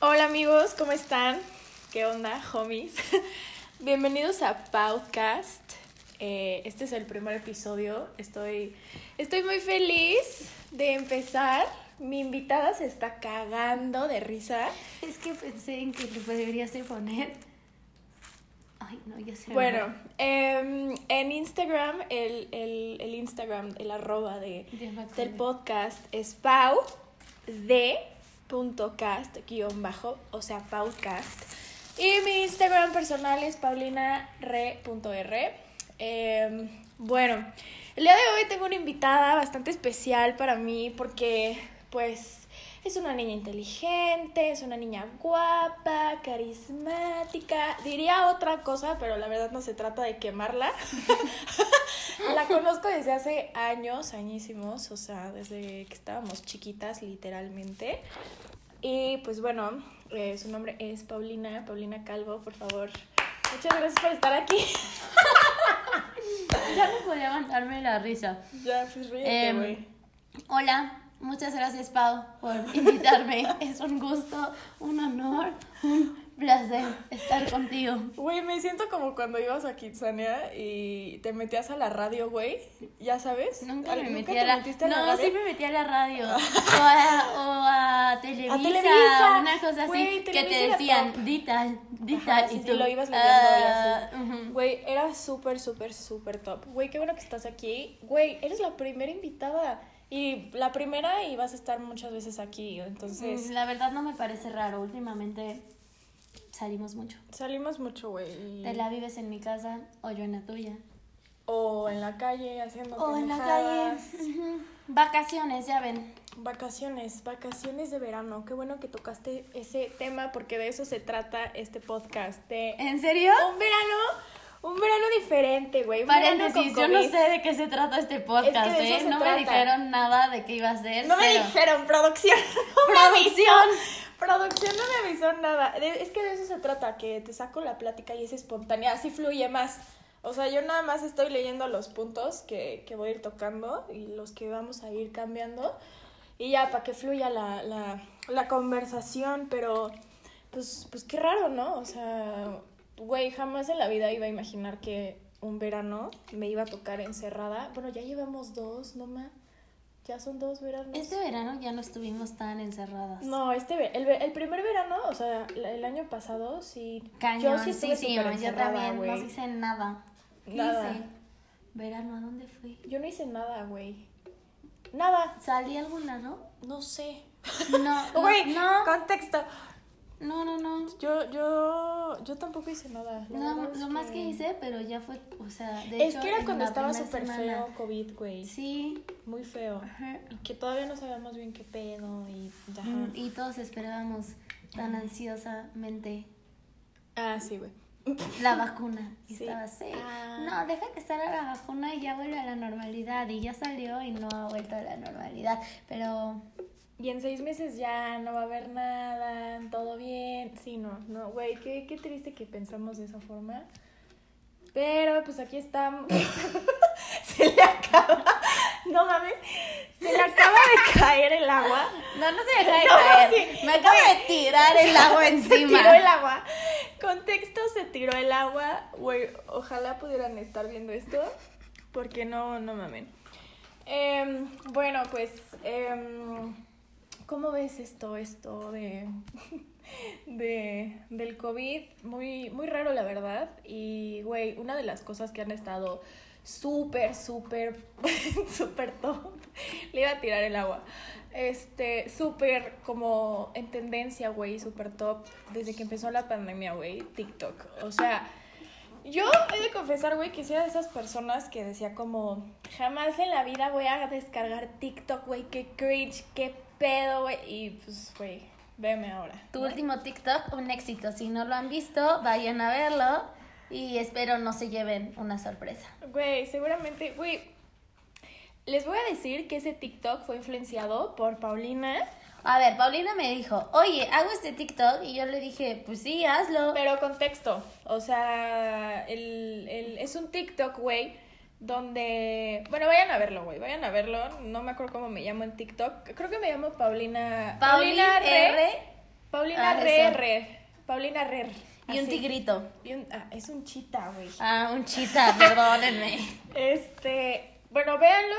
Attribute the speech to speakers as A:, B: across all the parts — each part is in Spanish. A: Hola amigos, ¿cómo están? ¿Qué onda, homies? Bienvenidos a Podcast. Eh, este es el primer episodio. Estoy, estoy muy feliz de empezar. Mi invitada se está cagando de risa.
B: Es que pensé en que lo deberías de poner. Ay, no, ya sé.
A: Bueno, em, en Instagram, el, el- el Instagram, el arroba de,
B: Ya me acordé.
A: del podcast es pau de punto cast guión bajo, o sea, paucast. Y mi Instagram personal es paulinare.r. Em, bueno, el día de hoy tengo una invitada bastante especial para mí porque, pues, es una niña inteligente, es una niña guapa, carismática. Diría otra cosa, pero la verdad no se trata de quemarla. La conozco desde hace años, añísimos, o sea, desde que estábamos chiquitas, literalmente. Y pues bueno, eh, su nombre es Paulina, Paulina Calvo, por favor. Muchas gracias por estar aquí.
B: Ya no podía aguantarme la risa.
A: Ya, pues ríete,
B: Em,
A: güey.
B: Hola, muchas gracias, Pau, por invitarme. es un gusto, un honor, un placer estar contigo.
A: Güey, me siento como cuando ibas a Kitsania y te metías a la radio, güey. Ya sabes.
B: Nunca
A: Al-
B: me metí
A: te
B: a la
A: metiste a la
B: No,
A: radio.
B: sí me metí a la radio. O a, o a Televisa,
A: Televisa.
B: una cosa así.
A: Güey,
B: que
A: Televisa
B: te
A: era
B: decían, di tal, di
A: Ajá,
B: tal.
A: sí,
B: y
A: sí,
B: tú.
A: lo ibas leyendo y así.
B: "Ah, ujú".
A: Güey, era súper, súper, súper top. Güey, qué bueno que estás aquí. Güey, eres la primera invitada. Y la primera y vas a estar muchas veces aquí. Entonces,
B: Mm, La verdad no me parece raro. Últimamente salimos mucho.
A: salimos mucho, güey. y-
B: Te la vives en mi casa o yo en la tuya.
A: O en la calle haciendo
B: O en la calle.
A: pendejadas.
B: Ujú. Vacaciones, ya ven.
A: Vacaciones, vacaciones de verano. Qué bueno que tocaste ese tema porque de eso se trata este podcast. De
B: ¿En serio?
A: un verano, un verano diferente, güey. un verano con
B: Paréntesis, yo no
A: COVID.
B: sé de qué se trata este podcast,
A: Es que de eso
B: ¿eh?
A: se
B: No
A: trata.
B: me dijeron nada de qué iba a ser.
A: No me
B: cero.
A: dijeron, producción. No me
B: ¡Producción!
A: Producción no me avisó nada. De- es que de eso se trata, que te saco la plática y es espontánea, así fluye más. O sea, yo nada más estoy leyendo los puntos que, que voy a ir tocando y los que vamos a ir cambiando. Y ya, para que fluya la, la, la conversación, pero pues, pues qué raro, ¿no? O sea, güey, jamás en la vida iba a imaginar que un verano me iba a tocar encerrada. Bueno, ya llevamos dos, no ma. Ya son dos veranos.
B: Este verano ya no estuvimos tan encerradas.
A: No, este ve- el, ve- el primer verano, o sea, la- el año pasado sí.
B: Cañón,
A: yo sí
B: sí,
A: estuve
B: sí,
A: súper
B: yo
A: encerrada,
B: también.
A: güey.
B: No hice nada. ¿Qué
A: Nada.
B: hice? Verano, ¿a dónde fui?
A: Yo no hice nada, güey. Nada.
B: ¿Salí a algún lado?
A: No sé.
B: No, no,
A: Güey,
B: no,
A: contexto.
B: no, no, no.
A: Yo, yo, yo tampoco hice nada. la
B: No,
A: verdad es
B: lo más que hice, pero ya fue, o sea, de
A: Es
B: hecho,
A: que era
B: en
A: cuando
B: la
A: estaba
B: primera
A: súper
B: semana-
A: feo COVID, güey.
B: Sí.
A: Muy feo.
B: ajá.
A: Y que todavía no sabíamos bien qué pedo y... ajá.
B: Mm, Y todos esperábamos tan ansiosamente
A: Ah, sí, güey.
B: la vacuna. Y
A: Sí.
B: estaba así.
A: Ah.
B: No, deja que salga la vacuna y ya vuelve a la normalidad. Y ya salió y no ha vuelto a la normalidad. Pero
A: Y en seis meses ya no va a haber nada, todo bien. Sí, no, no, güey, qué, qué triste que pensamos de esa forma. Pero pues aquí estamos. se le acaba. No mames. Se le acaba de caer el agua.
B: No, no se deja de
A: No,
B: caer.
A: sí.
B: Me acabo de tirar el agua
A: Se
B: encima.
A: tiró el agua. Contexto, se tiró el agua. Güey, ojalá pudieran estar viendo esto. Porque no, no mamen. Em, bueno, pues, em, ¿cómo ves esto, esto de, de, del COVID? Muy, muy raro, la verdad. Y, güey, una de las cosas que han estado súper, súper, súper top. Le iba a tirar el agua. Este, súper como en tendencia, güey, súper top. Desde que empezó la pandemia, güey, TikTok. O sea, yo he de confesar, güey, que soy de esas personas que decía como, jamás en la vida voy a descargar TikTok, güey, qué cringe, qué pedo, güey. Y pues, güey, veme ahora.
B: Tu último TikTok, un éxito. Si no lo han visto, vayan a verlo. Y espero no se lleven una sorpresa.
A: Güey, seguramente, güey. Les voy a decir que ese TikTok fue influenciado por Paulina,
B: A ver, Paulina me dijo, oye, hago este TikTok. Y yo le dije, pues sí, hazlo.
A: pero contexto. O sea, el, el- es un TikTok, güey, donde... Bueno, vayan a verlo, güey, vayan a verlo. No me acuerdo cómo me llamo en TikTok. Creo que me llamo Paulina...
B: Paulina
A: Re-
B: R.
A: Paulina Paulina Rer,
B: Resor.
A: Rer. Paulina Rer.
B: Y un
A: Así.
B: tigrito.
A: Y un- ah, es un chita, güey.
B: Ah, un chita, perdónenme.
A: Este, bueno, véanlo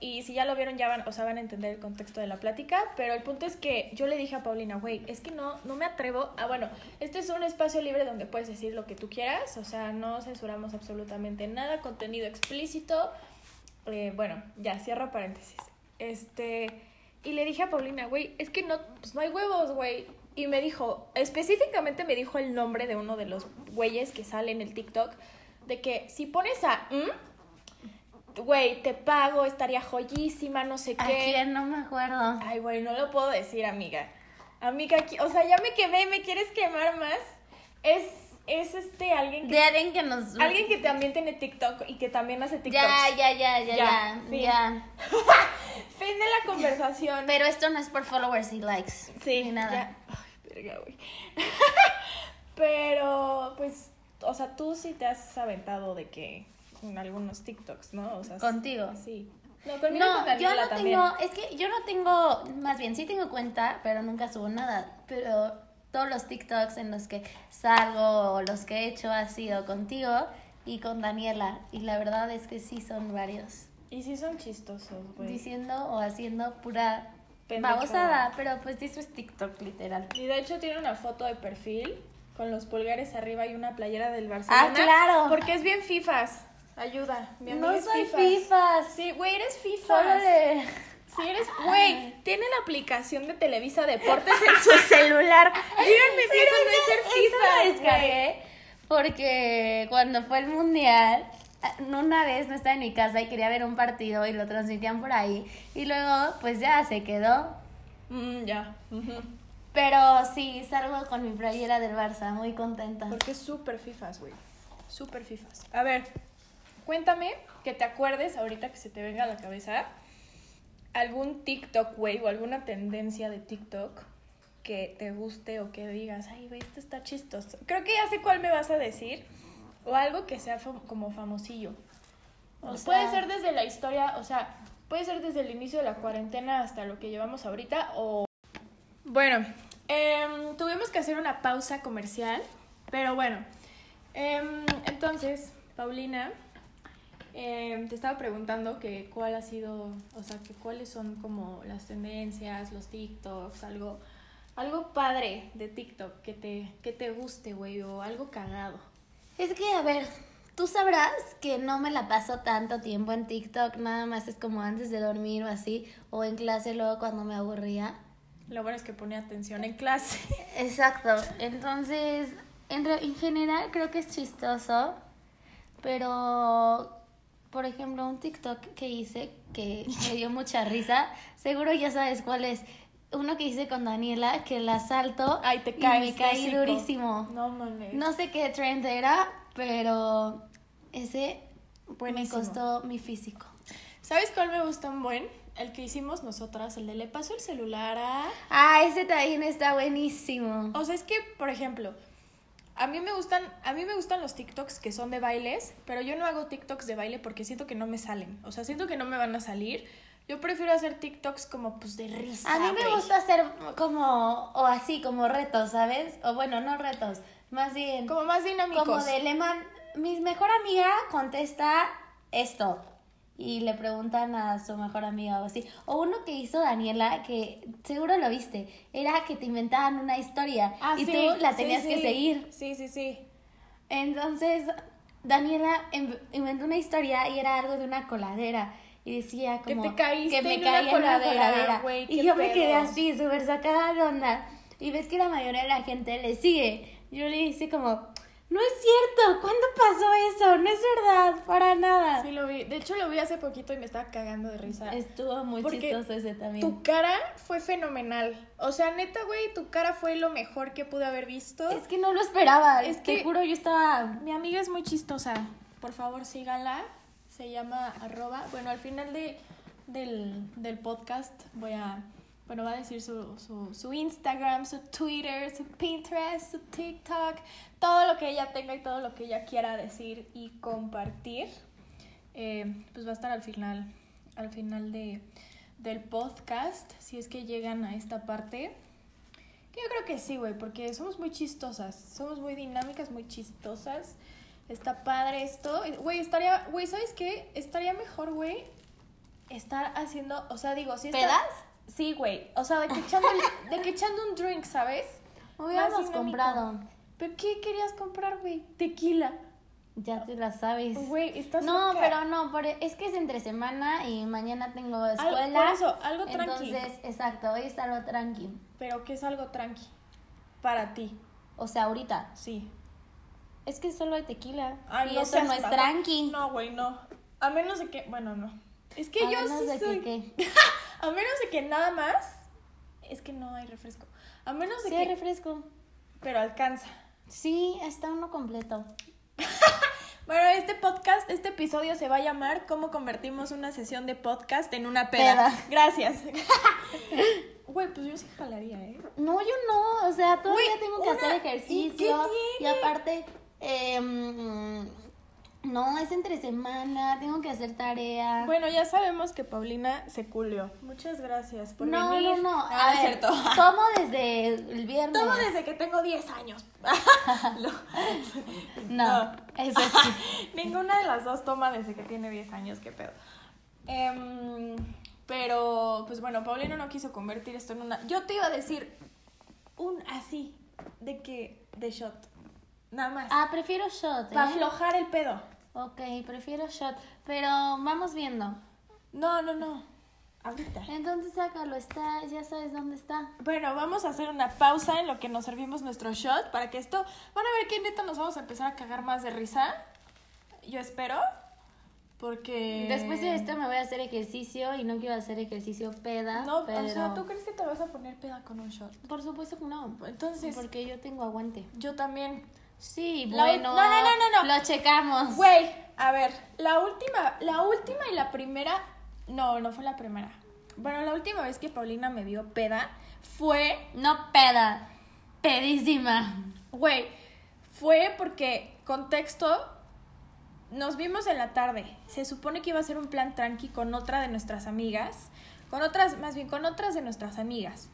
A: y si ya lo vieron ya van, o sea, van a entender el contexto de la plática, pero el punto es que yo le dije a Paulina, güey, es que no no me atrevo a, bueno, este es un espacio libre donde puedes decir lo que tú quieras, o sea, no censuramos absolutamente nada, contenido explícito. Eh, bueno, ya cierro paréntesis. Este, y le dije a Paulina, güey, es que no pues no hay huevos, güey. Y me dijo, específicamente me dijo el nombre de uno de los güeyes que sale en el TikTok de que si pones a "mm", güey, te pago, estaría joyísima, no sé
B: ¿A
A: qué.
B: quién? No me acuerdo.
A: Ay, güey, no lo puedo decir, amiga. Amiga, qui- o sea, ya me quemé, ¿me quieres quemar más? Es, es este, alguien que,
B: De alguien que nos...
A: alguien que también tiene TikTok y que también hace TikTok.
B: Ya, ya, ya, ya,
A: Ya,
B: ya,
A: fin.
B: ya.
A: Fin de la conversación.
B: Pero esto no es por followers y likes.
A: Sí,
B: Ni nada.
A: ya. Ay, verga, güey. Pero, pues, o sea, tú sí te has aventado de que en algunos TikToks, ¿no? O sea,
B: Contigo.
A: Sí. No, conmigo y con
B: No, yo
A: Daniela
B: no
A: también.
B: tengo, es que yo no tengo, más bien sí tengo cuenta, pero nunca subo nada. Pero todos los TikToks en los que salgo o los que he hecho ha sido contigo y con Daniela. Y la verdad es que sí son varios.
A: Y sí son chistosos, güey.
B: Diciendo o haciendo pura
A: Pendejada.
B: babosada, pero pues eso es TikTok literal.
A: Y de hecho tiene una foto de perfil con los pulgares arriba y una playera del Barcelona.
B: Ah, claro.
A: Porque es bien fifas. Ayuda, mi amiga
B: No
A: es
B: soy
A: fifas.
B: FIFA,
A: Sí, güey, eres fifas.
B: solo de...
A: Sí, eres güey. Tiene la aplicación de Televisa Deportes en su celular. Díganme si eso no es ser
B: Eso lo
A: fifas, güey.
B: descargué porque cuando fue el mundial, ah, una vez no estaba en mi casa y quería ver un partido y lo transmitían por ahí. Y luego, pues ya se quedó.
A: Mm, ya. ujú.
B: Pero sí, salgo con mi playera del Barça, muy contenta.
A: Porque es súper fifas, güey. Súper fifas. A ver, cuéntame que te acuerdes ahorita que se te venga a la cabeza algún TikTok, güey, o alguna tendencia de TikTok que te guste o que digas, ay, güey, esto está chistoso. Creo que ya sé cuál me vas a decir. O algo que sea fam- como famosillo.
B: O
A: O
B: sea-
A: puede ser desde la historia, o sea, puede ser desde el inicio de la cuarentena hasta lo que llevamos ahorita o bueno, em, tuvimos que hacer una pausa comercial, pero bueno. em, entonces, Paulina, em, te estaba preguntando que cuál ha sido, o sea, que cuáles son como las tendencias, los TikToks, algo, algo padre de TikTok que te, que te guste, güey, o algo cagado.
B: Es que, a ver, tú sabrás que no me la paso tanto tiempo en TikTok, nada más es como antes de dormir o así, o en clase luego cuando me aburría.
A: Lo bueno es que pone atención en clase.
B: Exacto. Entonces, en, re- en general creo que es chistoso, pero, por ejemplo, un TikTok que hice que me dio mucha risa, seguro ya sabes cuál es. Uno que hice con Daniela, que la salto
A: Ay, te
B: y
A: caes.
B: me caí
A: hocico.
B: durísimo.
A: No mames.
B: No sé qué trend era, pero ese
A: Buenísimo.
B: me costó mi físico.
A: ¿Sabes cuál me gusta un buen? El que hicimos nosotras, el de le paso el celular a...
B: Ah, ese también está buenísimo.
A: O sea, es que, por ejemplo, a mí me gustan, a mí me gustan los TikToks que son de bailes, pero yo no hago TikToks de baile porque siento que no me salen. O sea, siento que no me van a salir. Yo prefiero hacer TikToks como pues de risa.
B: A mí me
A: güey.
B: gusta hacer como, o así, como retos, ¿sabes? O bueno, no retos, más bien como,
A: Como más dinámicos.
B: de Lehman. Mi mejor amiga contesta esto y le preguntan a su mejor amiga o así. O uno que hizo Daniela, que seguro lo viste, era que te inventaban una historia
A: Ah,
B: y
A: sí,
B: tú la
A: sí,
B: tenías que
A: sí.
B: seguir.
A: Sí, sí, sí.
B: Entonces, Daniela en- inventó una historia y era algo de una coladera. Y decía
A: Que
B: como
A: te caíste en una
B: caí
A: coladera, güey,
B: y
A: qué
B: yo me
A: pedo.
B: quedé así, súper sacada de onda. Y ves que la mayoría de la gente le sigue. Yo le hice como, no es cierto, ¿cuándo pasó eso? No es verdad, para nada.
A: Sí lo vi. De hecho lo vi hace poquito y me estaba cagando de risa.
B: Estuvo muy
A: Porque
B: chistoso ese también.
A: Tu cara fue fenomenal. O sea, neta, güey, tu cara fue lo mejor que pude haber visto.
B: Es que no lo esperaba,
A: Es
B: es
A: que-
B: que juro, yo estaba...
A: Mi amiga es muy chistosa. Por favor, síganla. Se llama arroba. Bueno, al final de, del, del podcast voy a... Bueno, va a decir su, su, su Instagram, su Twitter, su Pinterest, su TikTok, todo lo que ella tenga y todo lo que ella quiera decir y compartir. Eh, pues va a estar al final, al final de, del podcast, si es que llegan a esta parte. Que yo creo que sí, güey, porque somos muy chistosas, somos muy dinámicas, muy chistosas. Está padre esto. Güey, estaría, güey, ¿sabes qué? Estaría mejor, güey, estar haciendo, o sea, digo, si está-
B: ¿Pedas?
A: Sí, güey. O sea, de que echando, el- de que echando un drink, ¿sabes? Más
B: Hubiéramos
A: dinámico.
B: comprado.
A: ¿Pero qué querías comprar, güey? Tequila.
B: Ya te la sabes.
A: Güey, estás
B: no,
A: loca.
B: pero no, por- e, es que es entre semana y mañana tengo escuela.
A: por eso, algo tranqui.
B: Entonces, exacto, hoy es algo tranqui.
A: Pero que es algo tranqui. Para ti,
B: O sea, ahorita.
A: sí.
B: Es que solo hay tequila.
A: Ay,
B: y
A: no
B: eso
A: seas
B: no es
A: mamón.
B: tranqui.
A: No, güey, no. A menos de que, bueno, no. Es que
B: A
A: yo
B: menos
A: sí
B: de que
A: soy-
B: qué.
A: A menos de que nada más. Es que no hay refresco. A menos de
B: Sí,
A: que.
B: hay refresco.
A: Pero alcanza.
B: Sí, está uno completo.
A: Bueno, este podcast, este episodio se va a llamar ¿Cómo convertimos una sesión de podcast en una peda?
B: Peda.
A: Gracias. Güey, pues yo sí jalaría, ¿eh?
B: No, yo no, o sea, todavía
A: Güey,
B: tengo que
A: una-
B: hacer
A: ¿y qué
B: ejercicio. Y
A: tiene?
B: aparte, eh, mm, no, es entre semana, tengo que hacer tarea.
A: Bueno, ya sabemos que Paulina se culió. Muchas gracias por
B: no,
A: venir.
B: no, no, a
A: Ah, es
B: ver,
A: cierto.
B: tomo desde el viernes.
A: Todo desde que tengo 10 años. Lo-
B: No,
A: No.
B: eso sí.
A: Ninguna de las dos toma desde que tiene 10 años, qué pedo. Em, pero, pues bueno, Paulina no quiso convertir esto en una. Yo te iba a decir un así, de que, de shot. Nada más.
B: Ah, prefiero shot. ¿eh?
A: para aflojar el pedo.
B: Ok, prefiero shot, pero vamos viendo.
A: No, no, no. Ahorita.
B: Entonces sácalo, está, ya sabes dónde está.
A: Bueno, vamos a hacer una pausa en lo que nos servimos nuestro shot para que esto. Van a ver que neta nos vamos a empezar a cagar más de risa. Yo espero. Porque.
B: Después de este esto me voy a hacer ejercicio y no quiero hacer ejercicio peda.
A: No,
B: pero...
A: o sea, ¿tú crees que te vas a poner peda con un shot?
B: Por supuesto que no. pues,
A: Entonces,
B: Porque yo tengo aguante.
A: yo también.
B: Sí,
A: La-
B: bueno.
A: no, no, no, no, no.
B: Lo checamos.
A: Güey, a ver, la última, la última y la primera, no, no fue la primera. Bueno, la última vez que Paulina me vio peda fue,
B: No peda. Pedísima.
A: güey, fue porque, contexto, nos vimos en la tarde. Se supone que iba a ser un plan tranqui con otra de nuestras amigas, con otras, más bien con otras de nuestras amigas.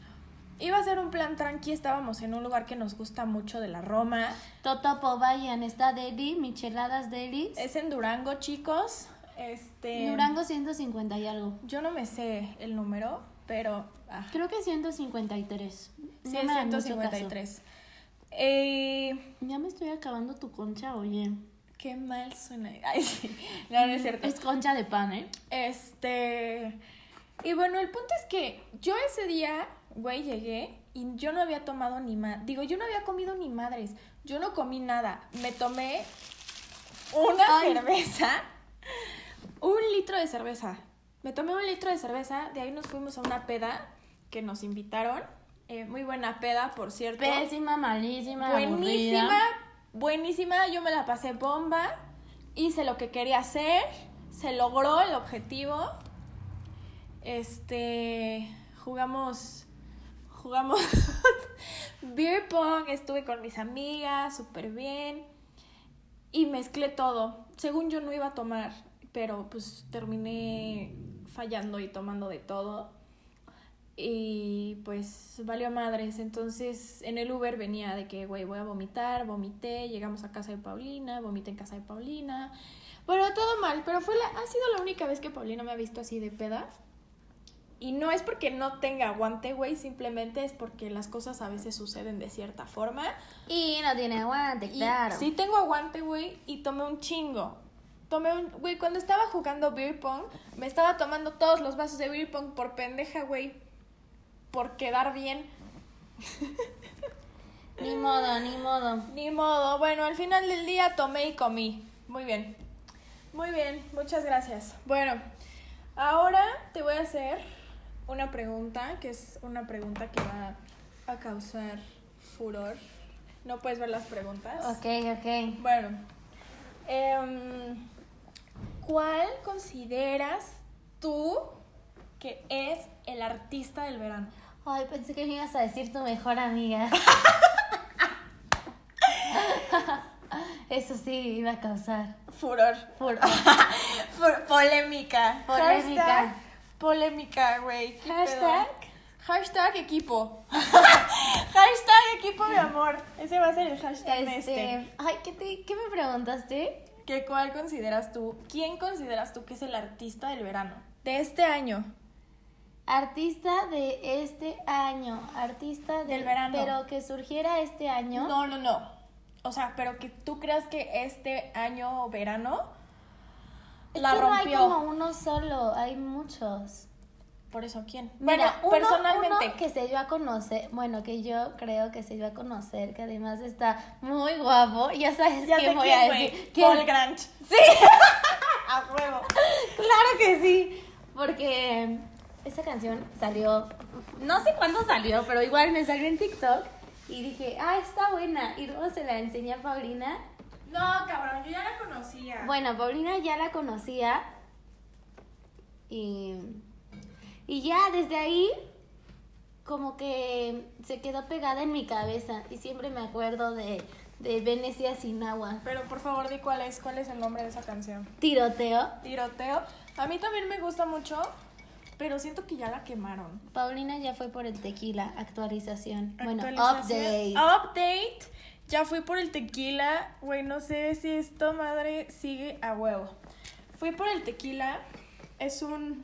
A: Iba a ser un plan tranqui, estábamos en un lugar que nos gusta mucho de la Roma.
B: Totopo, vayan. Está Deli, Micheladas Deli.
A: Es en Durango, chicos. Este.
B: Durango 150 y algo.
A: Yo no me sé el número, pero. ah,
B: Creo que 153.
A: sí,
B: No
A: es
B: me hagan mucho
A: 153. Eh,
B: caso. Ya me estoy acabando tu concha, oye.
A: qué mal suena. Ay, sí. No, no es cierto.
B: Es concha de pan, ¿eh?
A: Este. Y bueno, el punto es que yo ese día, güey, llegué y yo no había tomado ni más. Digo, yo no había comido ni madres. Yo no comí nada. Me tomé una
B: Ay.
A: cerveza. Un litro de cerveza. Me tomé un litro de cerveza. De ahí nos fuimos a una peda que nos invitaron. Eh, muy buena peda, por cierto.
B: Pésima, malísima,
A: Buenísima,
B: aburrida.
A: buenísima, yo me la pasé bomba, hice lo que quería hacer, se logró el objetivo. Este, jugamos, jugamos beer pong, estuve con mis amigas, súper bien, y mezclé todo. Según yo no iba a tomar, pero pues terminé fallando y tomando de todo. Y pues valió madres. Entonces en el Uber venía de que, güey, voy a vomitar, vomité, llegamos a casa de Paulina, vomité en casa de Paulina. Bueno, todo mal, pero fue la, ha sido la única vez que Paulina me ha visto así de peda. Y no es porque no tenga aguante, güey, simplemente es porque las cosas a veces suceden de cierta forma.
B: Y no tiene aguante,
A: Y
B: claro.
A: sí tengo aguante, güey, y tomé un chingo. Tomé un, güey, cuando estaba jugando beer pong, me estaba tomando todos los vasos de beer pong por pendeja, güey. Por quedar bien.
B: Ni modo, ni modo.
A: Ni modo. Bueno, al final del día tomé y comí. Muy bien. Muy bien, muchas gracias. Bueno, ahora te voy a hacer una pregunta, que es una pregunta que va a causar furor. No puedes ver las preguntas.
B: Ok, ok.
A: Bueno, em, ¿cuál consideras tú que es el artista del verano?
B: Ay, pensé que me ibas a decir tu mejor amiga. Eso sí iba a causar
A: Furor.
B: furor.
A: Fur- polémica.
B: Polémica.
A: Hashtag polémica, güey. qué pedo.
B: Hashtag.
A: Hashtag equipo. Hashtag equipo de amor. Ese va a ser el hashtag de
B: Este,
A: este.
B: Ay, ¿qué, te- ¿qué me preguntaste?
A: ¿Qué cuál consideras tú? ¿Quién consideras tú que es el artista del verano? De este año.
B: Artista de este año, artista de-
A: Del verano.
B: Pero que surgiera este año.
A: No, no, no. O sea, pero que tú creas que este año verano
B: Es
A: la
B: que
A: rompió.
B: No hay como uno solo, hay muchos.
A: Por eso, ¿quién?
B: Mira,
A: bueno,
B: uno,
A: personalmente.
B: uno que se dio a conocer, bueno, que yo creo que se dio a conocer, que además está muy guapo, ya sabes
A: Ya
B: quién
A: sé
B: voy
A: quién,
B: a
A: güey.
B: decir. ¿Quién?
A: Paul Grant. Sí. a huevo.
B: Claro que sí, porque esa canción salió, no sé cuándo salió, pero igual me salió en TikTok y dije, ah, está buena. Y luego se la enseñé a Paulina.
A: No, cabrón, yo ya la conocía.
B: Bueno, Paulina ya la conocía y, y ya desde ahí como que se quedó pegada en mi cabeza y siempre me acuerdo de, de Venecia sin agua.
A: Pero por favor, di cuál es, cuál es el nombre de esa canción.
B: Tiroteo.
A: Tiroteo. A mí también me gusta mucho, pero siento que ya la quemaron.
B: Paulina ya fue por el tequila, actualización. Bueno, update.
A: Actualización. Oh, Update. Ya fui por el tequila. Güey, no sé si esto, madre, sigue a huevo. Fui por el tequila. Es un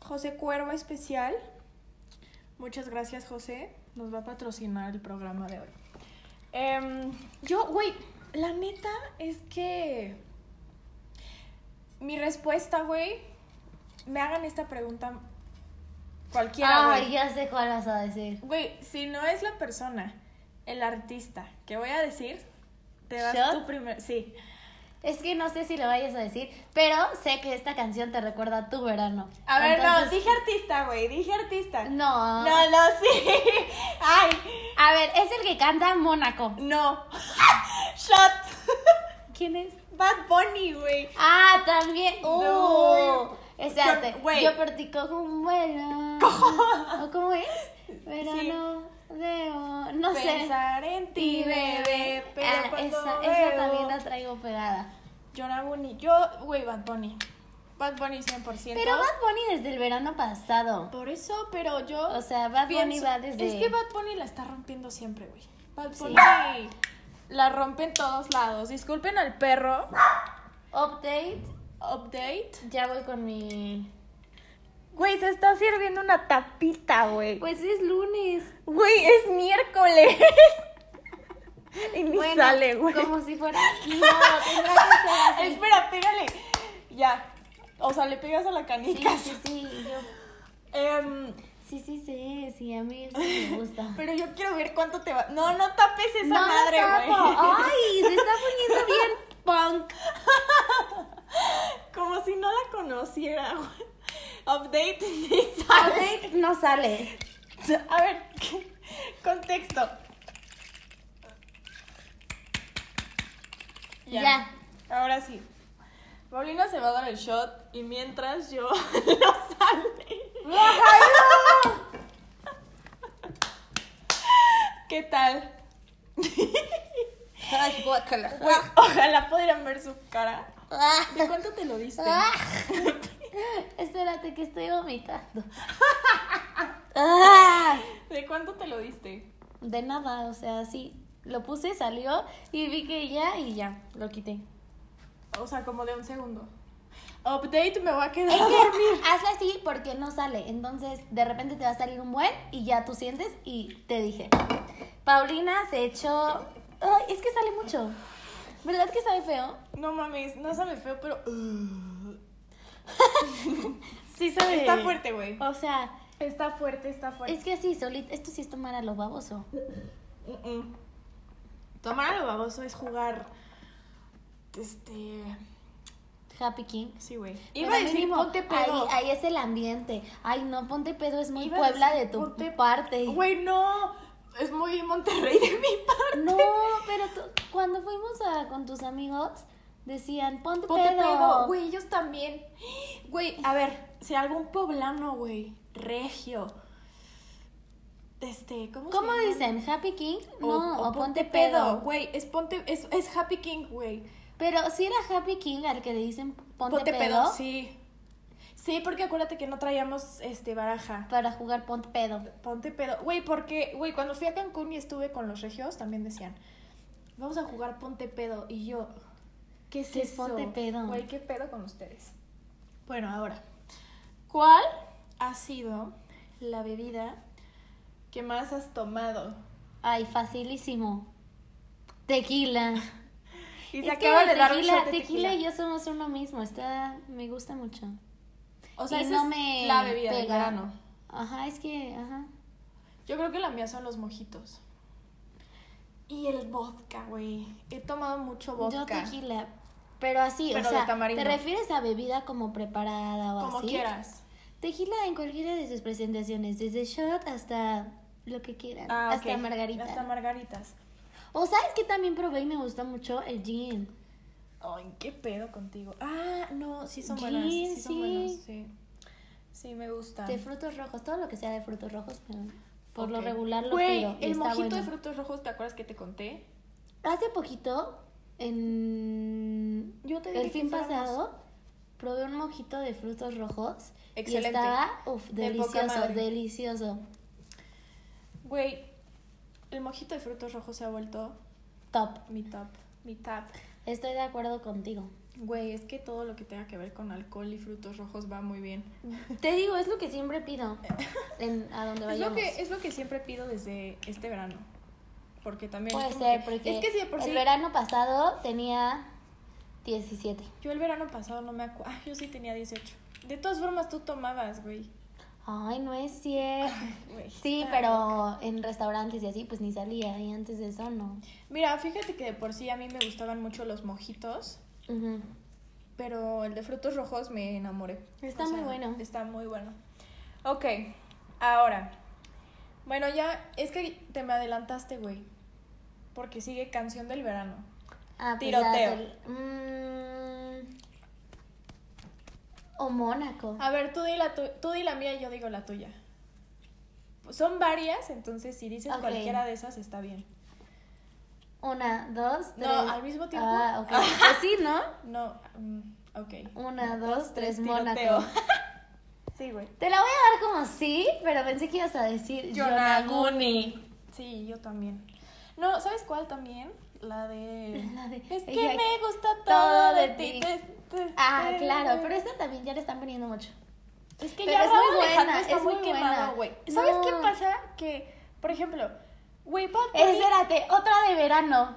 A: José Cuervo especial. Muchas gracias, José. Nos va a patrocinar el programa de hoy. Em, yo, güey, la neta es que mi respuesta, güey, me hagan esta pregunta cualquiera, güey.
B: Ay, ya sé cuál vas a decir.
A: Güey, si no es la persona, el artista, que voy a decir, te das
B: ¿Shot?
A: tu primer. Sí.
B: Es que no sé si lo vayas a decir, pero sé que esta canción te recuerda a tu verano.
A: A ver, no,
B: Entonces-
A: dije artista, güey, dije artista.
B: No.
A: no, no, sí. Ay,
B: A ver, es el que canta Mónaco.
A: no. Shot.
B: ¿Quién es?
A: Bad Bunny, güey.
B: Ah, también. Uh,
A: No.
B: Espérate.
A: Yo- güey.
B: Yo practico un verano. ¿O cómo es? Verano de. No sé.
A: Pensar en ti, bebé. Pero
B: Ah,
A: cuando
B: esa,
A: veo...
B: esa también la traigo pegada.
A: Jonah Bunny. Yo, güey, Bad Bunny. Bad Bunny 100%.
B: Pero Bad Bunny desde el verano pasado.
A: Por eso, pero yo.
B: O sea, Bad Bunny
A: pienso-
B: va desde.
A: Es que Bad Bunny la está rompiendo siempre, güey. Bad
B: Sí.
A: Bunny la rompe en todos lados. Disculpen al perro.
B: Update.
A: Update.
B: Ya voy con mi.
A: Güey, se está sirviendo una tapita, güey.
B: Pues es lunes.
A: Güey, es miércoles. y ni
B: Bueno,
A: sale, güey.
B: Como si fuera. No, tendrá que ser así.
A: Espera, pégale. Ya. O sea, le pegas a la
B: Sí,
A: canica.
B: sí, sí. Yo...
A: Em,
B: Sí, sí, sí. Sí, a mí eso me gusta.
A: pero yo quiero ver cuánto te va. No, no tapes esa
B: no lo
A: madre, güey.
B: tapo. Ay, se está poniendo bien punk.
A: Como si no la conociera. güey. Update ni sale.
B: Update no sale.
A: A ver, ¿qué? contexto. Ahora sí. Paulina se va a dar el shot y mientras yo lo sale. ¿Qué tal?
B: Ay, guácala.
A: Güey, ojalá pudieran ver su cara. ¿De cuánto te lo diste?
B: Espérate que estoy vomitando. Ah.
A: ¿De cuánto te lo diste?
B: De nada, o sea, sí. Lo puse, salió y vi que ya y ya, lo quité.
A: O sea, como de un segundo. Update, me voy a quedar
B: Es
A: a
B: que
A: dormir.
B: hazlo así porque no sale. Entonces, de repente te va a salir un buen y ya tú sientes y te dije. Paulina se echó. Ay, es que sale mucho. ¿Verdad que sabe feo?
A: No mames, no sabe feo, pero. uh,
B: Sí, sabe.
A: Está fuerte, güey.
B: O sea,
A: Está fuerte, está fuerte.
B: es que así, solito. Esto sí es tomar a lo baboso.
A: Mm-mm. Mm, Tomar a lo baboso es jugar. Este.
B: Happy King.
A: Sí, güey.
B: Pero
A: Iba a decir
B: mínimo,
A: ponte pedo.
B: Ahí, ahí es el ambiente. Ay, no, ponte pedo es muy
A: Iba a
B: Puebla
A: decir,
B: de tu
A: ponte-
B: parte.
A: Güey, no. Es muy Monterrey de mi parte.
B: No, pero tú- cuando fuimos a- con tus amigos, decían, ponte,
A: Ponte
B: pedo.
A: pedo. Güey, ellos también. Güey, a ver, si algún poblano, güey, regio. Este, ¿cómo se
B: ¿Cómo
A: llama?
B: dicen? ¿Happy King?
A: O-
B: No, o, ponte, pedo.
A: Güey, es ponte. Es, es Happy King, güey.
B: Pero si era Happy King al que le dicen ponte, pedo.
A: Sí. Sí, porque acuérdate que no traíamos este baraja.
B: para jugar ponte pedo.
A: Ponte pedo. Güey, porque, güey, cuando fui a Cancún y estuve con los regios, también decían, vamos a jugar ponte pedo. Y yo, ¿qué es
B: ¿Qué es
A: eso?
B: ponte pedo?
A: Güey, ¿qué pedo con ustedes? Bueno, ahora, ¿cuál ha sido la bebida que más has tomado?
B: Ay, facilísimo. Tequila.
A: Y
B: Es
A: se
B: que
A: acaba de dar un
B: tequila,
A: shot de tequila.
B: tequila y yo somos uno mismo. Está, me gusta mucho.
A: O sea,
B: y
A: esa
B: no
A: es
B: me
A: la bebida del
B: pega.
A: verano.
B: Ajá, es que, ajá.
A: Yo creo que la mía son los mojitos. Y el vodka, güey. He tomado mucho vodka.
B: Yo tequila. Pero así,
A: Pero
B: o
A: de
B: sea,
A: tamarindo.
B: ¿te refieres a bebida como preparada o
A: Como
B: así?
A: quieras.
B: Tequila en cualquiera de sus presentaciones, desde shot hasta lo que quieran,
A: Ah,
B: hasta
A: ok.
B: margarita.
A: Hasta margaritas.
B: O sabes que también probé y me gusta mucho el gin.
A: Ay, qué pedo contigo. Ah, no, sí son
B: Gin,
A: buenas. Sí, son
B: sí.
A: buenas, sí. Sí, me gusta.
B: De frutos rojos, todo lo que sea de frutos rojos, pero por lo
A: Ah. Ok.
B: regular lo
A: Güey,
B: pido. y
A: el
B: está
A: mojito de
B: bueno.
A: frutos rojos, ¿te acuerdas que te conté?
B: Hace poquito, en
A: Yo te dije
B: el
A: que
B: fin
A: fuéramos.
B: pasado, probé un mojito de frutos rojos
A: Excelente.
B: y estaba uf,
A: De poca
B: delicioso,
A: madre.
B: delicioso.
A: Güey, el mojito de frutos rojos se ha vuelto
B: Top.
A: mi top. Mi top.
B: Estoy de acuerdo contigo.
A: Güey, es que todo lo que tenga que ver con alcohol y frutos rojos va muy bien.
B: Te digo, es lo que siempre pido en, a donde
A: Es lo,
B: vayamos.
A: que, es lo que siempre pido desde este verano. Porque también.
B: Puede
A: es como
B: ser,
A: que-
B: porque
A: Es que sí, de por
B: el
A: sí.
B: verano pasado tenía 17.
A: Yo el verano pasado no me acuerdo. yo sí tenía 18. De todas formas, tú tomabas, güey.
B: Ay, no es cierto.
A: Güey,
B: Sí,
A: está loca.
B: pero en restaurantes y así, pues ni salía. Y antes de eso, no.
A: Mira, fíjate que de por sí a mí me gustaban mucho los mojitos.
B: Ujú.
A: Pero el de frutos rojos me enamoré.
B: Está muy bueno.
A: Está muy bueno. Ok, ahora. Bueno, ya es que te me adelantaste, güey. Porque sigue canción del verano.
B: Ah, pues
A: Tiroteo.
B: ya del- mm. o Mónaco.
A: A ver, tú di, la tu- tú di la mía y yo digo la tuya. Son varias, entonces si dices
B: Ok.
A: cualquiera de esas está bien.
B: Una, dos,
A: No,
B: tres.
A: al mismo tiempo.
B: Ah, ok. Pues sí, ¿no?
A: No, mm, ok.
B: Una, dos, tres,
A: tiroteo.
B: Mónaco.
A: sí, güey.
B: Te la voy a dar como sí, pero pensé que ibas a decir
A: Yonaguni. Sí, yo también. No, ¿sabes cuál también? La de...
B: La de-
A: Es que
B: ella-
A: me gusta todo de ti. Te- te-
B: Ah,
A: te-
B: claro, pero esta también ya le están poniendo mucho.
A: Es que
B: pero
A: ya
B: es
A: Raúl
B: muy buena,
A: Alejandro está
B: es
A: muy,
B: muy
A: quemado,
B: buena.
A: güey. ¿Sabes
B: No.
A: qué pasa? Que, por ejemplo, güey, Bad Bunny-
B: Espérate, otra de verano.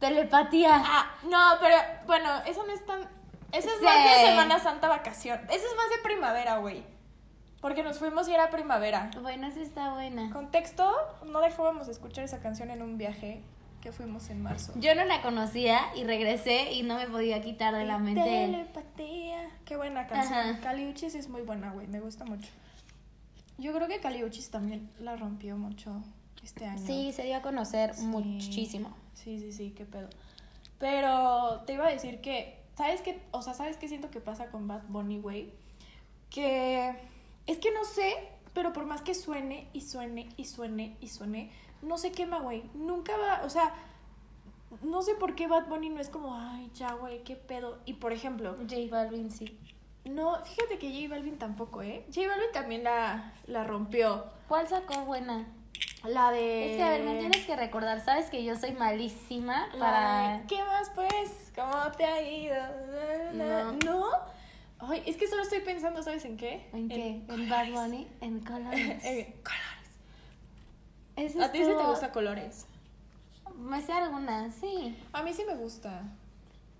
B: Telepatía.
A: Ah, no, pero bueno, eso no es tan. Eso es
B: Sí.
A: más de Semana Santa vacación. Eso es más de primavera, güey. Porque nos fuimos y era primavera.
B: Bueno, esa está buena.
A: Contexto: no dejábamos de escuchar esa canción en un viaje que fuimos en marzo.
B: Yo no la conocía y regresé y no me podía quitar de la mente.
A: Telepatía. Qué buena canción.
B: Ajá.
A: Caliuchis es muy buena, güey. Me gusta mucho. Yo creo que Caliuchis también la rompió mucho este año.
B: Sí, se dio a conocer
A: Sí.
B: muchísimo.
A: Sí, sí, sí, qué pedo. Pero te iba a decir que, ¿sabes qué? O sea, ¿sabes qué siento que pasa con Bad Bunny, güey? Que es que no sé, pero por más que suene y suene y suene y suene, no se quema, güey. Nunca va, o sea, no sé por qué Bad Bunny no es como, ay, ya, güey, qué pedo. Y por ejemplo,
B: J Balvin, sí.
A: no, fíjate que J Balvin tampoco, ¿eh? J Balvin también la, la rompió.
B: ¿Cuál sacó buena?
A: La de...
B: Es que, a ver, me tienes que recordar. Sabes que yo soy malísima
A: Ay,
B: para...
A: ¿Qué más pues? ¿Cómo te ha ido? Na, na, na. No. Ay, es que solo estoy pensando, ¿sabes en qué?
B: ¿En qué? ¿En Bad
A: colores.
B: Bunny? En colores.
A: En colores.
B: Ese
A: ¿A ti sí te
B: estuvo-
A: gusta colores?
B: Me sé algunas, sí.
A: A mí sí me gusta.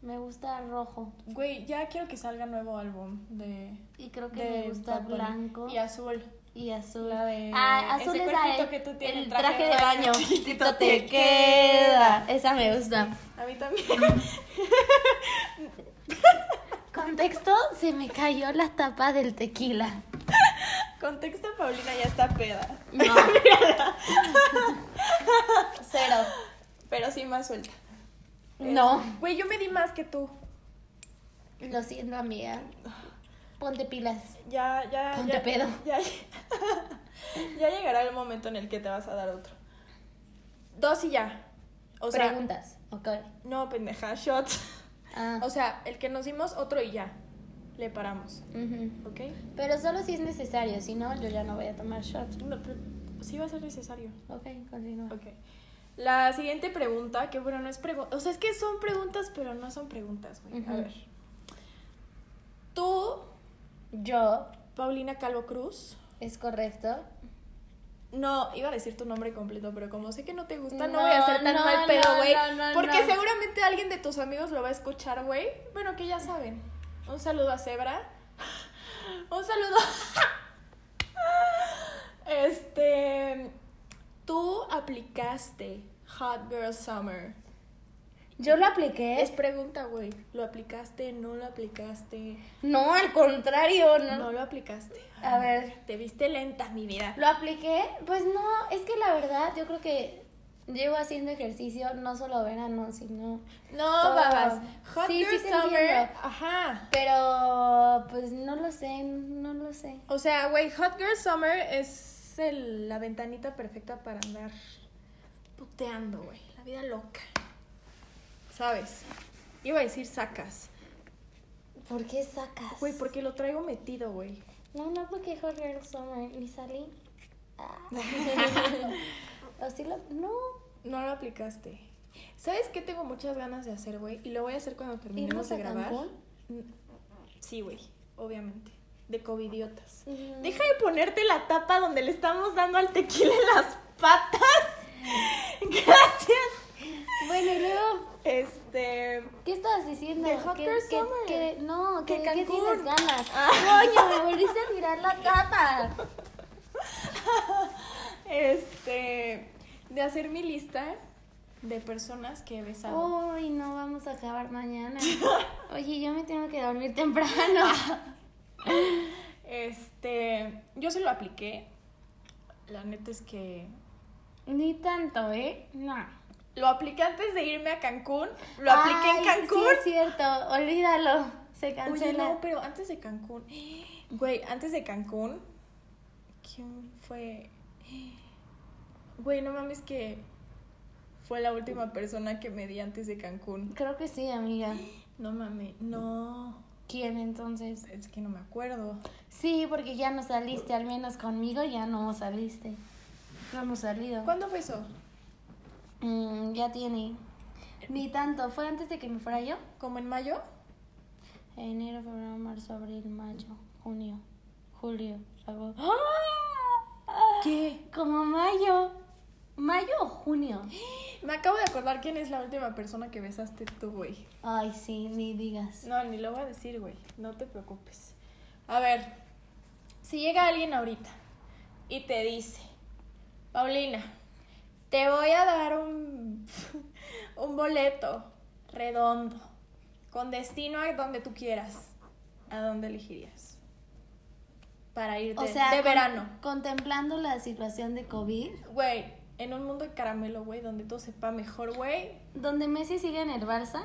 B: Me gusta rojo.
A: Güey, ya quiero que salga nuevo álbum de.
B: Y creo que
A: de
B: me gusta
A: Bad Bunny.
B: blanco
A: Y azul.
B: y azul.
A: la de-
B: ah, azul
A: ese
B: es
A: cuerpito
B: la de-
A: que tú tienes,
B: el traje de baño. Chiquito te queda. Esa me gusta.
A: A mí también.
B: Contexto, se me cayó la tapa del tequila.
A: Contexto: Paulina ya está peda.
B: No. Cero.
A: Pero sí más suelta.
B: No.
A: Güey, yo me di más que tú.
B: Lo siento, amiga. Ponte pilas.
A: Ya, ya.
B: Ponte
A: ya,
B: pedo.
A: Ya, ya llegará el momento en el que te vas a dar otro. Dos y ya. O sea,
B: Preguntas. Ok.
A: no, pendeja, shots.
B: Ah.
A: O sea, el que nos dimos otro y ya. le paramos,
B: Ujú.
A: ¿ok?
B: Pero solo si es necesario, si no, yo ya no voy a tomar shots.
A: No, pero sí va a ser necesario.
B: Ok, continúa.
A: Ok. La siguiente pregunta, que bueno, no es pregunta. O sea, es que son preguntas, pero no son preguntas, güey. A
B: Ujú.
A: ver. Tú,
B: Yo,
A: Paulina Calvo Cruz.
B: es correcto.
A: No, iba a decir tu nombre completo, pero como sé que no te gusta, no,
B: No,
A: voy a ser tan
B: no,
A: mal pedo,
B: no,
A: güey.
B: no, no,
A: porque
B: no.
A: seguramente alguien de tus amigos lo va a escuchar, güey. Bueno, que ya saben. Un saludo a Zebra. Un saludo. Este. Tú aplicaste Hot Girl Summer.
B: Yo lo apliqué.
A: Es pregunta, güey. ¿Lo aplicaste? ¿No lo aplicaste?
B: No, al contrario, no.
A: No lo aplicaste.
B: A ver.
A: Te viste lenta, mi vida.
B: ¿Lo apliqué? Pues no, es que la verdad, yo creo que llevo haciendo ejercicio no solo verano, sino.
A: No,
B: Todo.
A: babas. Hot
B: Sí,
A: Girl
B: sí te
A: Summer.
B: entiendo.
A: Ajá.
B: Pero, pues no lo sé, no lo sé.
A: O sea, güey, Hot Girl Summer es el- la ventanita perfecta para andar puteando, güey. La vida loca. ¿Sabes? Iba a decir sacas.
B: ¿Por qué sacas?
A: Güey, porque lo traigo metido, güey.
B: No, no, porque Hot Girl Summer, ni salí. Ah. o sí lo- No.
A: No lo aplicaste. ¿Sabes qué tengo muchas ganas de hacer, güey? Y lo voy a hacer cuando terminemos
B: ¿Irnos
A: de
B: a
A: grabar.
B: Cancún?
A: N- Sí, güey, obviamente. De covidiotas.
B: Mm.
A: Deja de ponerte la tapa donde le estamos dando al tequila en las patas. Gracias.
B: Bueno, y luego.
A: Este.
B: ¿Qué estabas diciendo?
A: De Hot
B: Que-
A: Girl
B: que-
A: Summer.
B: que- no,
A: Que
B: que, que
A: Cancún.
B: tienes ganas.
A: Ah.
B: Coño, me volviste a tirar la tapa.
A: Este. De hacer mi lista de personas que he besado.
B: Uy, no vamos a acabar mañana. Oye, yo me tengo que dormir temprano.
A: Ah. Este. Yo se lo apliqué. La neta es que
B: Ni tanto, ¿eh? No.
A: Lo apliqué antes de irme a Cancún. Lo apliqué
B: Ay,
A: en Cancún.
B: Sí, es cierto. Olvídalo. Se
A: Oye,
B: cancela.
A: no, pero antes de Cancún. Güey, antes de Cancún. ¿Quién fue? Güey, no mames que fue la última persona que me di antes de Cancún.
B: Creo que sí, amiga.
A: No mames, no.
B: ¿Quién entonces?
A: Es que no me acuerdo.
B: Sí, porque ya no saliste, al menos conmigo ya no saliste. No hemos salido.
A: ¿Cuándo fue eso?
B: Mm, ya tiene. Ni tanto. ¿Fue antes de que me fuera yo?
A: ¿Como en mayo?
B: Enero, febrero, marzo, abril, mayo, junio, julio, agosto.
A: ¡Ah! ¿Qué?
B: Como mayo. ¿Mayo o junio?
A: Me acabo de acordar quién es la última persona que besaste tú, güey.
B: Ay, sí, ni digas.
A: No, ni lo voy a decir, güey. No te preocupes. A ver, si llega alguien ahorita y te dice, Paulina, te voy a dar un, un boleto redondo con destino a donde tú quieras, ¿a dónde elegirías? Para irte de
B: con-
A: verano.
B: Contemplando la situación de COVID,
A: Güey, en un mundo de caramelo, güey, donde todo sepa mejor, güey.
B: donde Messi sigue en el Barça.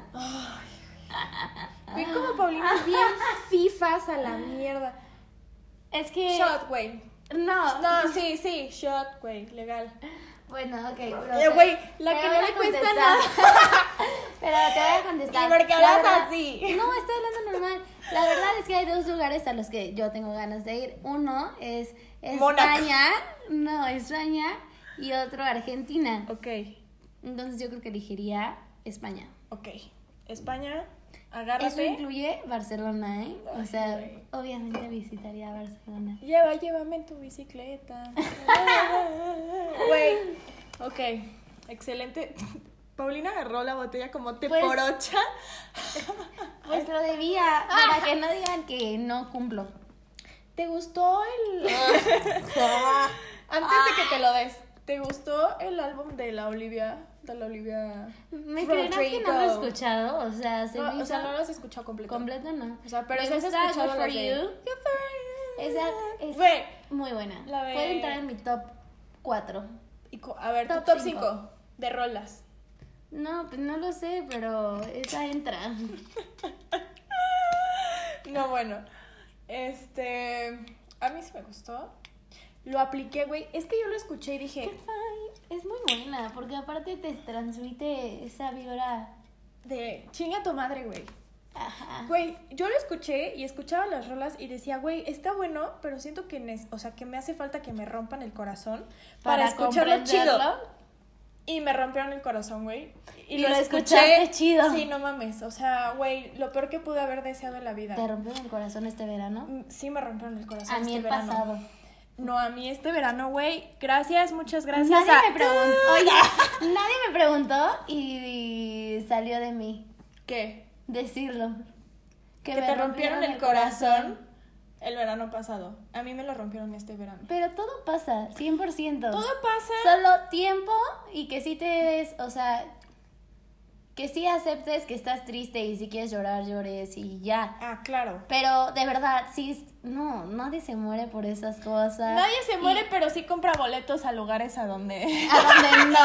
A: Güey, como Paulina es bien fifas a la mierda.
B: Es que.
A: Shot, güey.
B: Eh, No.
A: No, sí, sí, shot, güey, legal.
B: Bueno, ok. pero
A: Eh,
B: te-
A: güey, la
B: te
A: que
B: voy
A: no
B: a
A: le cuesta
B: contestar. Pero te voy a contestar.
A: Y porque
B: La
A: hablas
B: verdad-
A: así.
B: No, estoy hablando normal. La verdad es que hay dos lugares a los que yo tengo ganas de ir. Uno es
A: Mónaco.
B: España. No, España. Y otro Argentina.
A: Ok,
B: Entonces yo creo que elegiría España.
A: ok. España,
B: Eso
A: agárrate.
B: incluye Barcelona, ¿eh? O sea,
A: Ay,
B: obviamente visitaría Barcelona.
A: Lleva, llévame en tu bicicleta. Güey. Ok, excelente. Paulina agarró la botella como te
B: Pues-
A: porocha.
B: Pues lo debía, para que no digan que no cumplo.
A: ¿Te gustó el.
B: Ah.
A: Antes de que te lo des, ¿te gustó el álbum de la Olivia? De la Olivia.
B: ¿Me creerás que no lo he
A: Rodrigo.
B: escuchado? O sea, se me
A: No, o
B: hizo
A: sea, no lo has escuchado completo.
B: completo, no.
A: O sea, pero
B: Me
A: sí has
B: gusta
A: escuchado
B: Good
A: las
B: for
A: de-
B: You.
A: Good for you.
B: Esa es
A: Güey.
B: muy buena.
A: La de-
B: Puede entrar en mi top 4.
A: Y cu- a ver,
B: Top
A: tu top
B: cinco.
A: 5 de rolas.
B: No, pues no lo sé, pero esa entra.
A: No, bueno. Este. A mí sí me gustó. Lo apliqué, güey. Es que yo lo escuché y dije.
B: Es muy buena, porque aparte te transmite esa vibra.
A: De chinga tu madre, güey.
B: Ajá.
A: Güey, yo lo escuché y escuchaba las rolas y decía, güey, está bueno, pero siento que, nes- o sea, que me hace falta que me rompan el corazón para,
B: Para
A: escucharlo chido.
B: comprenderlo.
A: Y me rompieron el corazón, güey.
B: Y lo escuchaste chido.
A: Sí, no mames. O sea, güey, lo peor que pude haber deseado en la vida.
B: ¿Te rompió el corazón este verano?
A: Mm, Sí, me rompieron el corazón.
B: A mí
A: este
B: el
A: verano.
B: pasado.
A: No, a mí este verano, güey. Gracias, muchas gracias.
B: nadie
A: a-
B: me preguntó. Oiga, nadie me preguntó y, y salió de mí
A: ¿Qué?
B: decirlo.
A: Que,
B: me
A: te rompieron el corazón el verano pasado. A mí me lo rompieron este verano.
B: Pero todo pasa, 100%.
A: Todo pasa.
B: Solo tiempo y que sí te des, o sea, que sí aceptes que estás triste y si quieres llorar, llores y ya.
A: Ah, claro.
B: Pero de verdad, sí, es- no, nadie se muere por esas cosas.
A: Nadie se muere, pero sí compra boletos a lugares a donde.
B: A donde no.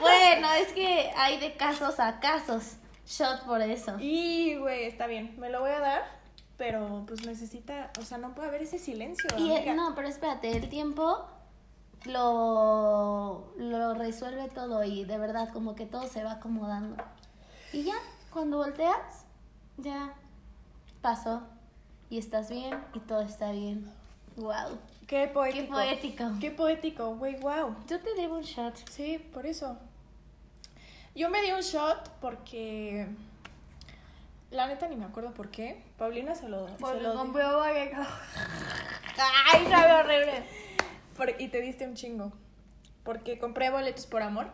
B: bueno, es que hay de casos a casos. Shot por eso.
A: Y, güey, está bien. Me lo voy a dar, pero pues necesita. O sea, no puede haber ese silencio.
B: Y el-
A: amiga.
B: no, pero espérate, el tiempo lo, lo resuelve todo y de verdad como que todo se va acomodando. Y ya, cuando volteas, ya pasó y estás bien y todo está bien. Wow.
A: Qué poético.
B: Qué poético.
A: Qué poético, güey, wow.
B: Yo te debo un shot.
A: Sí, por eso. Yo me di un shot porque. La neta ni me acuerdo por qué. Paulina se lo. se lo di.
B: Ay, sabe horrible.
A: Por- y te diste un chingo. Porque compré boletos por amor.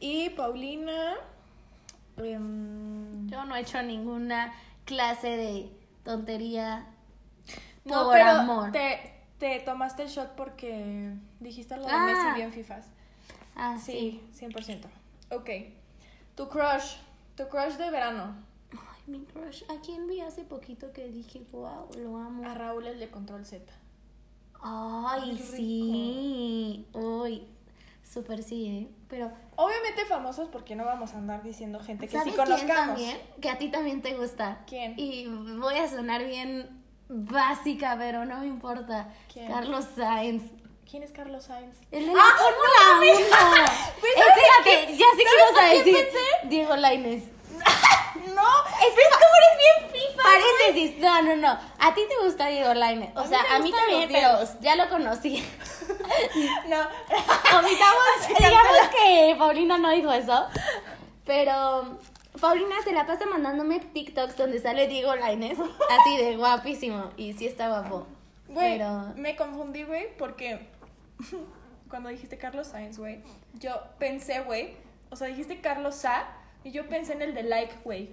A: Y Paulina. em,
B: Yo no he hecho ninguna clase de tontería
A: no,
B: por
A: pero
B: amor.
A: Te, te tomaste el shot porque dijiste lo de
B: Ah.
A: Messi bien fifas.
B: así.
A: Sí, 100%. Ok. Tu crush. Tu crush de verano.
B: Ay, mi crush. ¿A quién vi hace poquito que dije, wow, lo amo?
A: A Raúl el de Control Z.
B: Ay,
A: Ay,
B: sí. Uy, súper sí, ¿eh? Pero,
A: Obviamente famosos porque no vamos a andar diciendo gente que sí
B: ¿sabes quién
A: conozcamos.
B: también? Que a ti también te gusta.
A: ¿Quién?
B: Y voy a sonar bien básica, pero no me importa.
A: ¿Quién? Ah,
B: Carlos Sainz.
A: ¿Quién es Carlos Sainz?
B: El de la Fórmula 1. Espérate, ya sé qué
A: Pues, ¿sabes
B: vas a
A: a quién
B: decir.
A: pensé?
B: Diego Lainez.
A: ¡No! ¿Ves cómo eres bien fifa?
B: Paréntesis, no, no, no. A ti te gusta Diego Lainez. O
A: A mí
B: sea,
A: me
B: a mí
A: gustan
B: también,
A: los
B: pero ya lo conocí.
A: No.
B: Omitamos,
A: Se
B: digamos
A: cancela.
B: que Paulina no dijo eso. Pero Paulina se la pasa mandándome TikToks donde sale Diego Lainez. Así de guapísimo. Y sí está guapo.
A: Güey,
B: Pero.
A: me confundí, güey, porque cuando dijiste Carlos Sainz, güey, yo pensé, güey, o sea, dijiste Carlos Sa y yo pensé en el de Like, güey,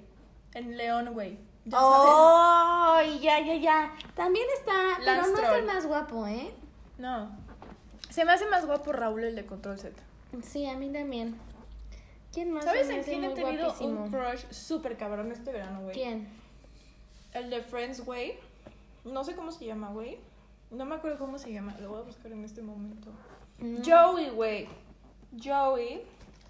A: en León, güey. Ya sabes.
B: ¡Oh! Ya, ya, ya. También está.
A: Lance
B: pero no es el
A: Troll.
B: más guapo, ¿eh?
A: No. Se me hace más guapo Raúl el de Control Z.
B: Sí, a mí también. ¿Quién más?
A: ¿Sabes
B: Se me
A: en
B: hace
A: quién he
B: muy
A: tenido
B: guapísimo?
A: un crush súper cabrón este verano, güey?
B: ¿Quién?
A: El de Friends, güey. No sé cómo se llama, güey. No me acuerdo cómo se llama. Lo voy a buscar en este momento.
B: Mm.
A: Joey, güey. Joey,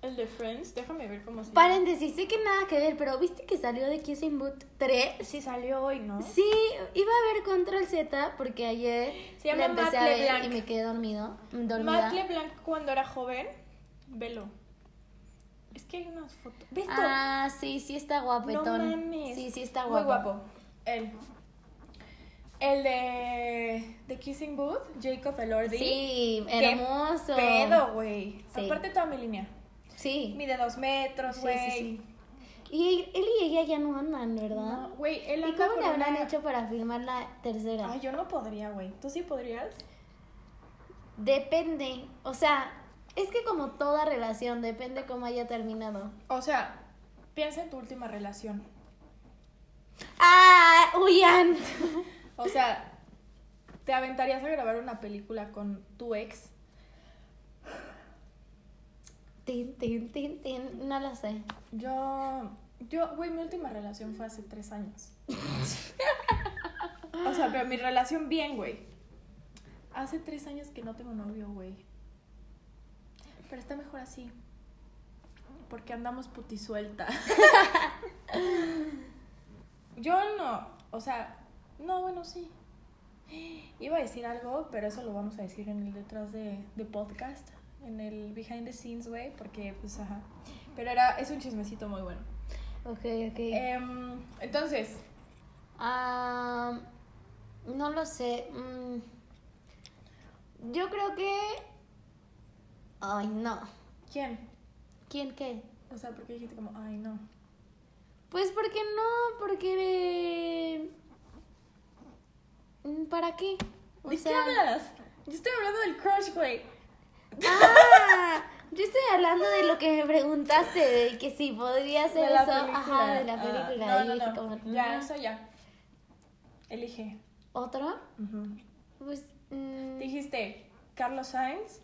A: el de Friends. Déjame ver cómo se llama.
B: Paréntesis, sé que nada que ver, pero ¿viste que salió de Kissing Boot 3?
A: Sí salió hoy, ¿no?
B: Sí, iba a ver Control Z porque ayer
A: Se llama
B: la empecé
A: Matt
B: a ver
A: LeBlanc.
B: y me quedé dormido, dormida.
A: Matt LeBlanc cuando era joven, velo. Es que hay unas fotos. ¿Ves esto?
B: ah, sí, sí está guapetón.
A: No mames.
B: Sí, sí está
A: Muy
B: guapo.
A: guapo. Él. El de, de Kissing Booth, Jacob Elordi.
B: Sí,
A: Qué
B: hermoso.
A: Pedo, güey.
B: Sí.
A: Aparte toda mi línea.
B: Sí.
A: Mide dos metros,
B: Sí,
A: güey.
B: sí, sí. Y él y ella ya no andan, ¿verdad?
A: No, güey, él
B: ¿Y
A: anda
B: cómo
A: con
B: le habrán
A: una-
B: hecho para filmar la tercera?
A: Ay, yo no podría, güey. ¿Tú sí podrías?
B: Depende. O sea, es que como toda relación, depende cómo haya terminado.
A: O sea, piensa en tu última relación.
B: ¡Ah! ¡Huyan!
A: O sea, ¿te aventarías a grabar una película con tu ex?
B: Tin, tin, tin, tin. No lo sé.
A: Yo, yo, güey, mi última relación fue hace tres años. o sea, pero mi relación bien, güey. Hace tres años que no tengo novio, güey. Pero está mejor así. Porque andamos putisuelta. yo no, o sea, no, bueno, sí. Iba a decir algo, pero eso lo vamos a decir en el detrás de, de podcast, en el behind the scenes, güey, porque, pues, ajá. Pero era, es un chismecito muy bueno.
B: Ok, ok.
A: Em, entonces,
B: Ah, no lo sé. mm, Yo creo que... Ay, no.
A: ¿quién?
B: ¿Quién qué?
A: O sea, porque dijiste como, ay, no.
B: Pues porque no, porque... eh, mm, ¿Para qué? O
A: ¿De qué
B: sea-
A: hablas? Yo estoy hablando del crush, güey.
B: Ah, yo estoy hablando de lo que me preguntaste, de que si podría hacer
A: De la
B: eso.
A: película.
B: Ajá, de la
A: Ah,
B: película. Y
A: no,
B: dije
A: no, no.
B: como,
A: Ya,
B: mm,
A: eso ya. Elige.
B: ¿Otro? Pues... mm,
A: Dijiste Carlos Sainz.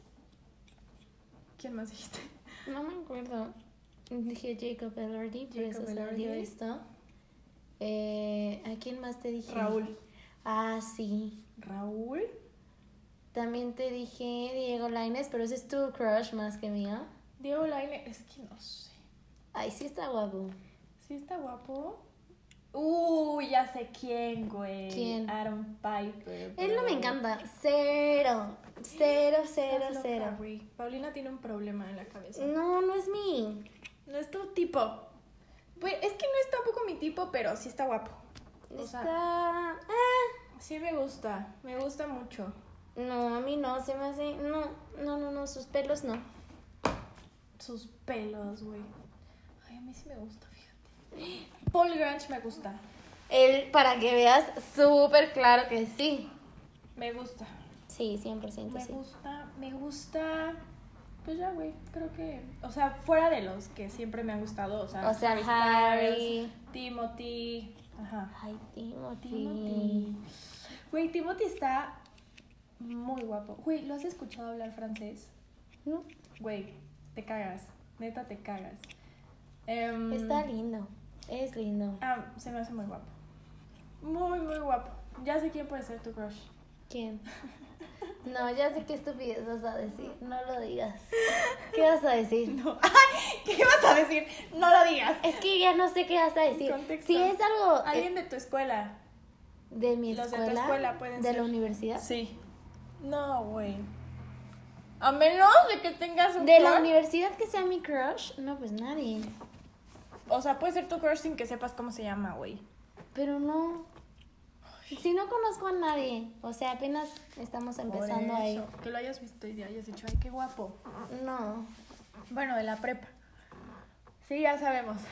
A: ¿Quién más dijiste?
B: mm, No me acuerdo. Dije Jacob Elordi, pues, por
A: Jacob
B: eso salió
A: Elordi.
B: esto. Eh, ¿A quién más te dije?
A: Raúl.
B: Ah, sí.
A: Raúl.
B: También te dije Diego Laines, pero ese es tu crush más que mío.
A: Diego Laine. Es que no sé.
B: Ay, sí está guapo.
A: Sí está guapo. Uh, ya sé quién, güey.
B: ¿Quién?
A: Aaron Piper.
B: Él no me
A: bro.
B: encanta. Cero. Cero, cero,
A: Estás loca,
B: cero.
A: güey. Paulina tiene un problema en la cabeza.
B: No, no es mi.
A: No es tu tipo. Pues es que no es tampoco mi tipo, pero sí está guapo. O sea-
B: Está. Ah.
A: Sí me gusta, me gusta mucho.
B: No, a mí no, se me hace. No, no, no, no, sus pelos no.
A: Sus pelos, güey. Ay, a mí sí me gusta, fíjate. Paul Grange me gusta.
B: Él, para que veas, súper claro que sí.
A: Me gusta.
B: Sí, 100%,
A: Me
B: sí.
A: gusta, me gusta. Pues ya, güey, creo que. O sea, fuera de los que siempre me han gustado. O sea,
B: O sea,
A: Harry
B: Harry.
A: Styles, Timothy. Ajá.
B: Ay,
A: Timothy.
B: Timothy.
A: Güey, Timothy está muy guapo. Güey, ¿lo has escuchado hablar francés?
B: No,
A: Güey, te cagas. Neta, te cagas. Em,
B: Mm. Está lindo. Es lindo.
A: Ah, se me hace muy guapo. Muy, muy guapo. Ya sé quién puede ser tu crush.
B: ¿Quién? No, ya sé qué estupidez vas a decir. No lo digas. ¿Qué vas a decir?
A: No. ¡Ay! ¿Qué ibas a decir? No lo digas.
B: Es que ya no sé qué vas a decir.
A: Contexto.
B: Si es algo eh,
A: Alguien de tu escuela.
B: de mi
A: Los de
B: escuela,
A: tu escuela pueden
B: de
A: ser.
B: la universidad.
A: Sí. No, güey. A menos de que tengas un
B: De
A: crush.
B: la universidad que sea mi crush, no, pues nadie.
A: O sea, puede ser tu crush sin que sepas cómo se llama, güey.
B: Pero no. Si no conozco a nadie, o sea, apenas estamos empezando
A: Por
B: ahí.
A: eso, Que lo hayas visto y hayas dicho, ay, qué guapo.
B: No.
A: Bueno, de la prepa. Sí, ya sabemos.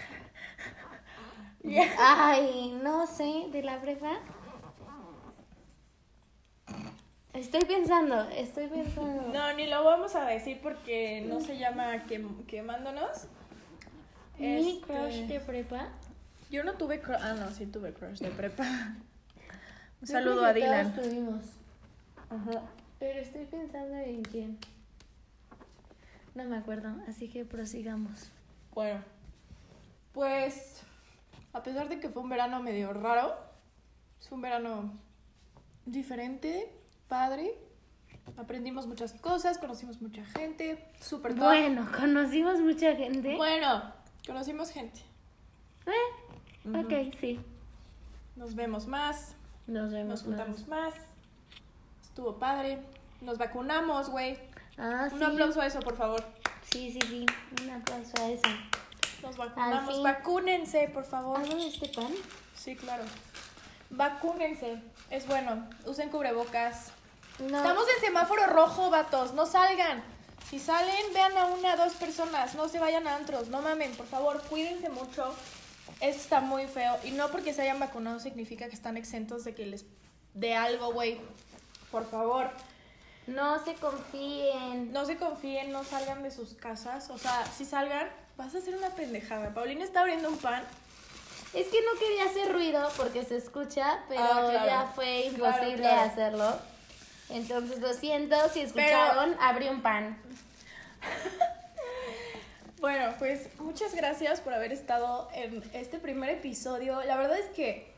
A: Ya.
B: Ay, no sé, de la prepa. Estoy pensando, estoy pensando.
A: No, ni lo vamos a decir porque no se llama quem- quemándonos.
B: Mi
A: Este,
B: crush de prepa.
A: Yo no tuve crush. Ah, no, sí tuve crush de prepa. Un
B: Yo creo
A: saludo
B: que
A: a Dylan.
B: todos tuvimos,
A: Ajá.
B: pero estoy pensando en quién. No me acuerdo, así que prosigamos.
A: Bueno, pues a pesar de que fue un verano medio raro, es un verano diferente, padre. Aprendimos muchas cosas, conocimos mucha gente, súper top.
B: Bueno, conocimos mucha gente.
A: Bueno, conocimos gente.
B: Eh, Ok, sí.
A: Nos vemos más,
B: Nos vemos.
A: nos
B: luego.
A: juntamos más. Estuvo padre. Nos vacunamos, güey.
B: Ah,
A: Un
B: sí.
A: aplauso a eso, por favor.
B: Sí, sí, sí. Un aplauso a eso.
A: Nos vacunamos.
B: fin.
A: Vacúnense, por favor.
B: ¿Algo de este pan?
A: Sí, claro. Vacúnense. Es bueno. Usen cubrebocas.
B: No.
A: Estamos en semáforo rojo, vatos. No salgan. Si salen, vean a una, dos personas. No se vayan a antros. No mamen, por favor. Cuídense mucho. Esto está muy feo. Y no porque se hayan vacunado significa que están exentos de que les dé algo, güey. Por favor.
B: No se confíen.
A: No se confíen, no salgan de sus casas. O sea, si salgan, vas a hacer una pendejada. Paulina está abriendo un pan.
B: Es que no quería hacer ruido porque se escucha, pero
A: Ah, claro.
B: ya fue
A: Claro,
B: imposible
A: claro.
B: hacerlo. Entonces lo siento, si escucharon, abrí un pan.
A: Bueno, pues muchas gracias por haber estado en este primer episodio. La verdad es que,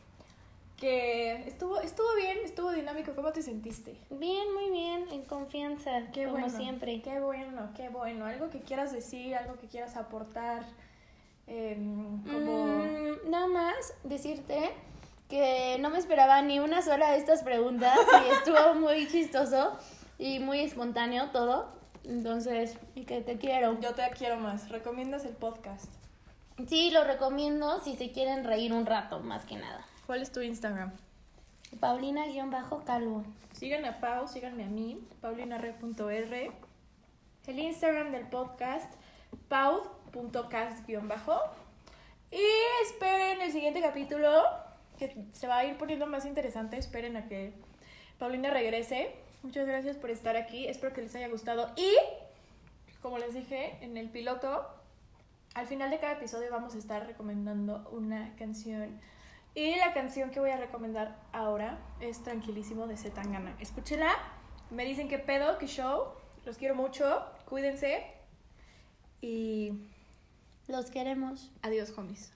A: que estuvo, estuvo bien, estuvo dinámico. ¿Cómo te sentiste?
B: Bien, muy bien, en confianza, como siempre.
A: Qué bueno, qué bueno. Algo que quieras decir, algo que quieras aportar. em, como...
B: Mm, nada más decirte que no me esperaba ni una sola de estas preguntas y estuvo muy chistoso y muy espontáneo todo. Entonces, y que te quiero.
A: Yo te quiero más. Recomiendas el podcast.
B: Sí, lo recomiendo si se quieren reír un rato, más que nada.
A: ¿Cuál es tu Instagram?
B: Paulina-calvo.
A: Sigan a Pau, síganme a mí, paulinarre.r. El Instagram del podcast, pau.cast-bajo. Y esperen el siguiente capítulo, que se va a ir poniendo más interesante. Esperen a que Paulina regrese. Muchas gracias por estar aquí. Espero que les haya gustado. Y, como les dije en el piloto, al final de cada episodio vamos a estar recomendando una canción. Y la canción que voy a recomendar ahora es Tranquilísimo de Zetangana. Escúchela, me dicen qué pedo, qué show. Los quiero mucho, cuídense. Y
B: Los queremos.
A: adiós, homies.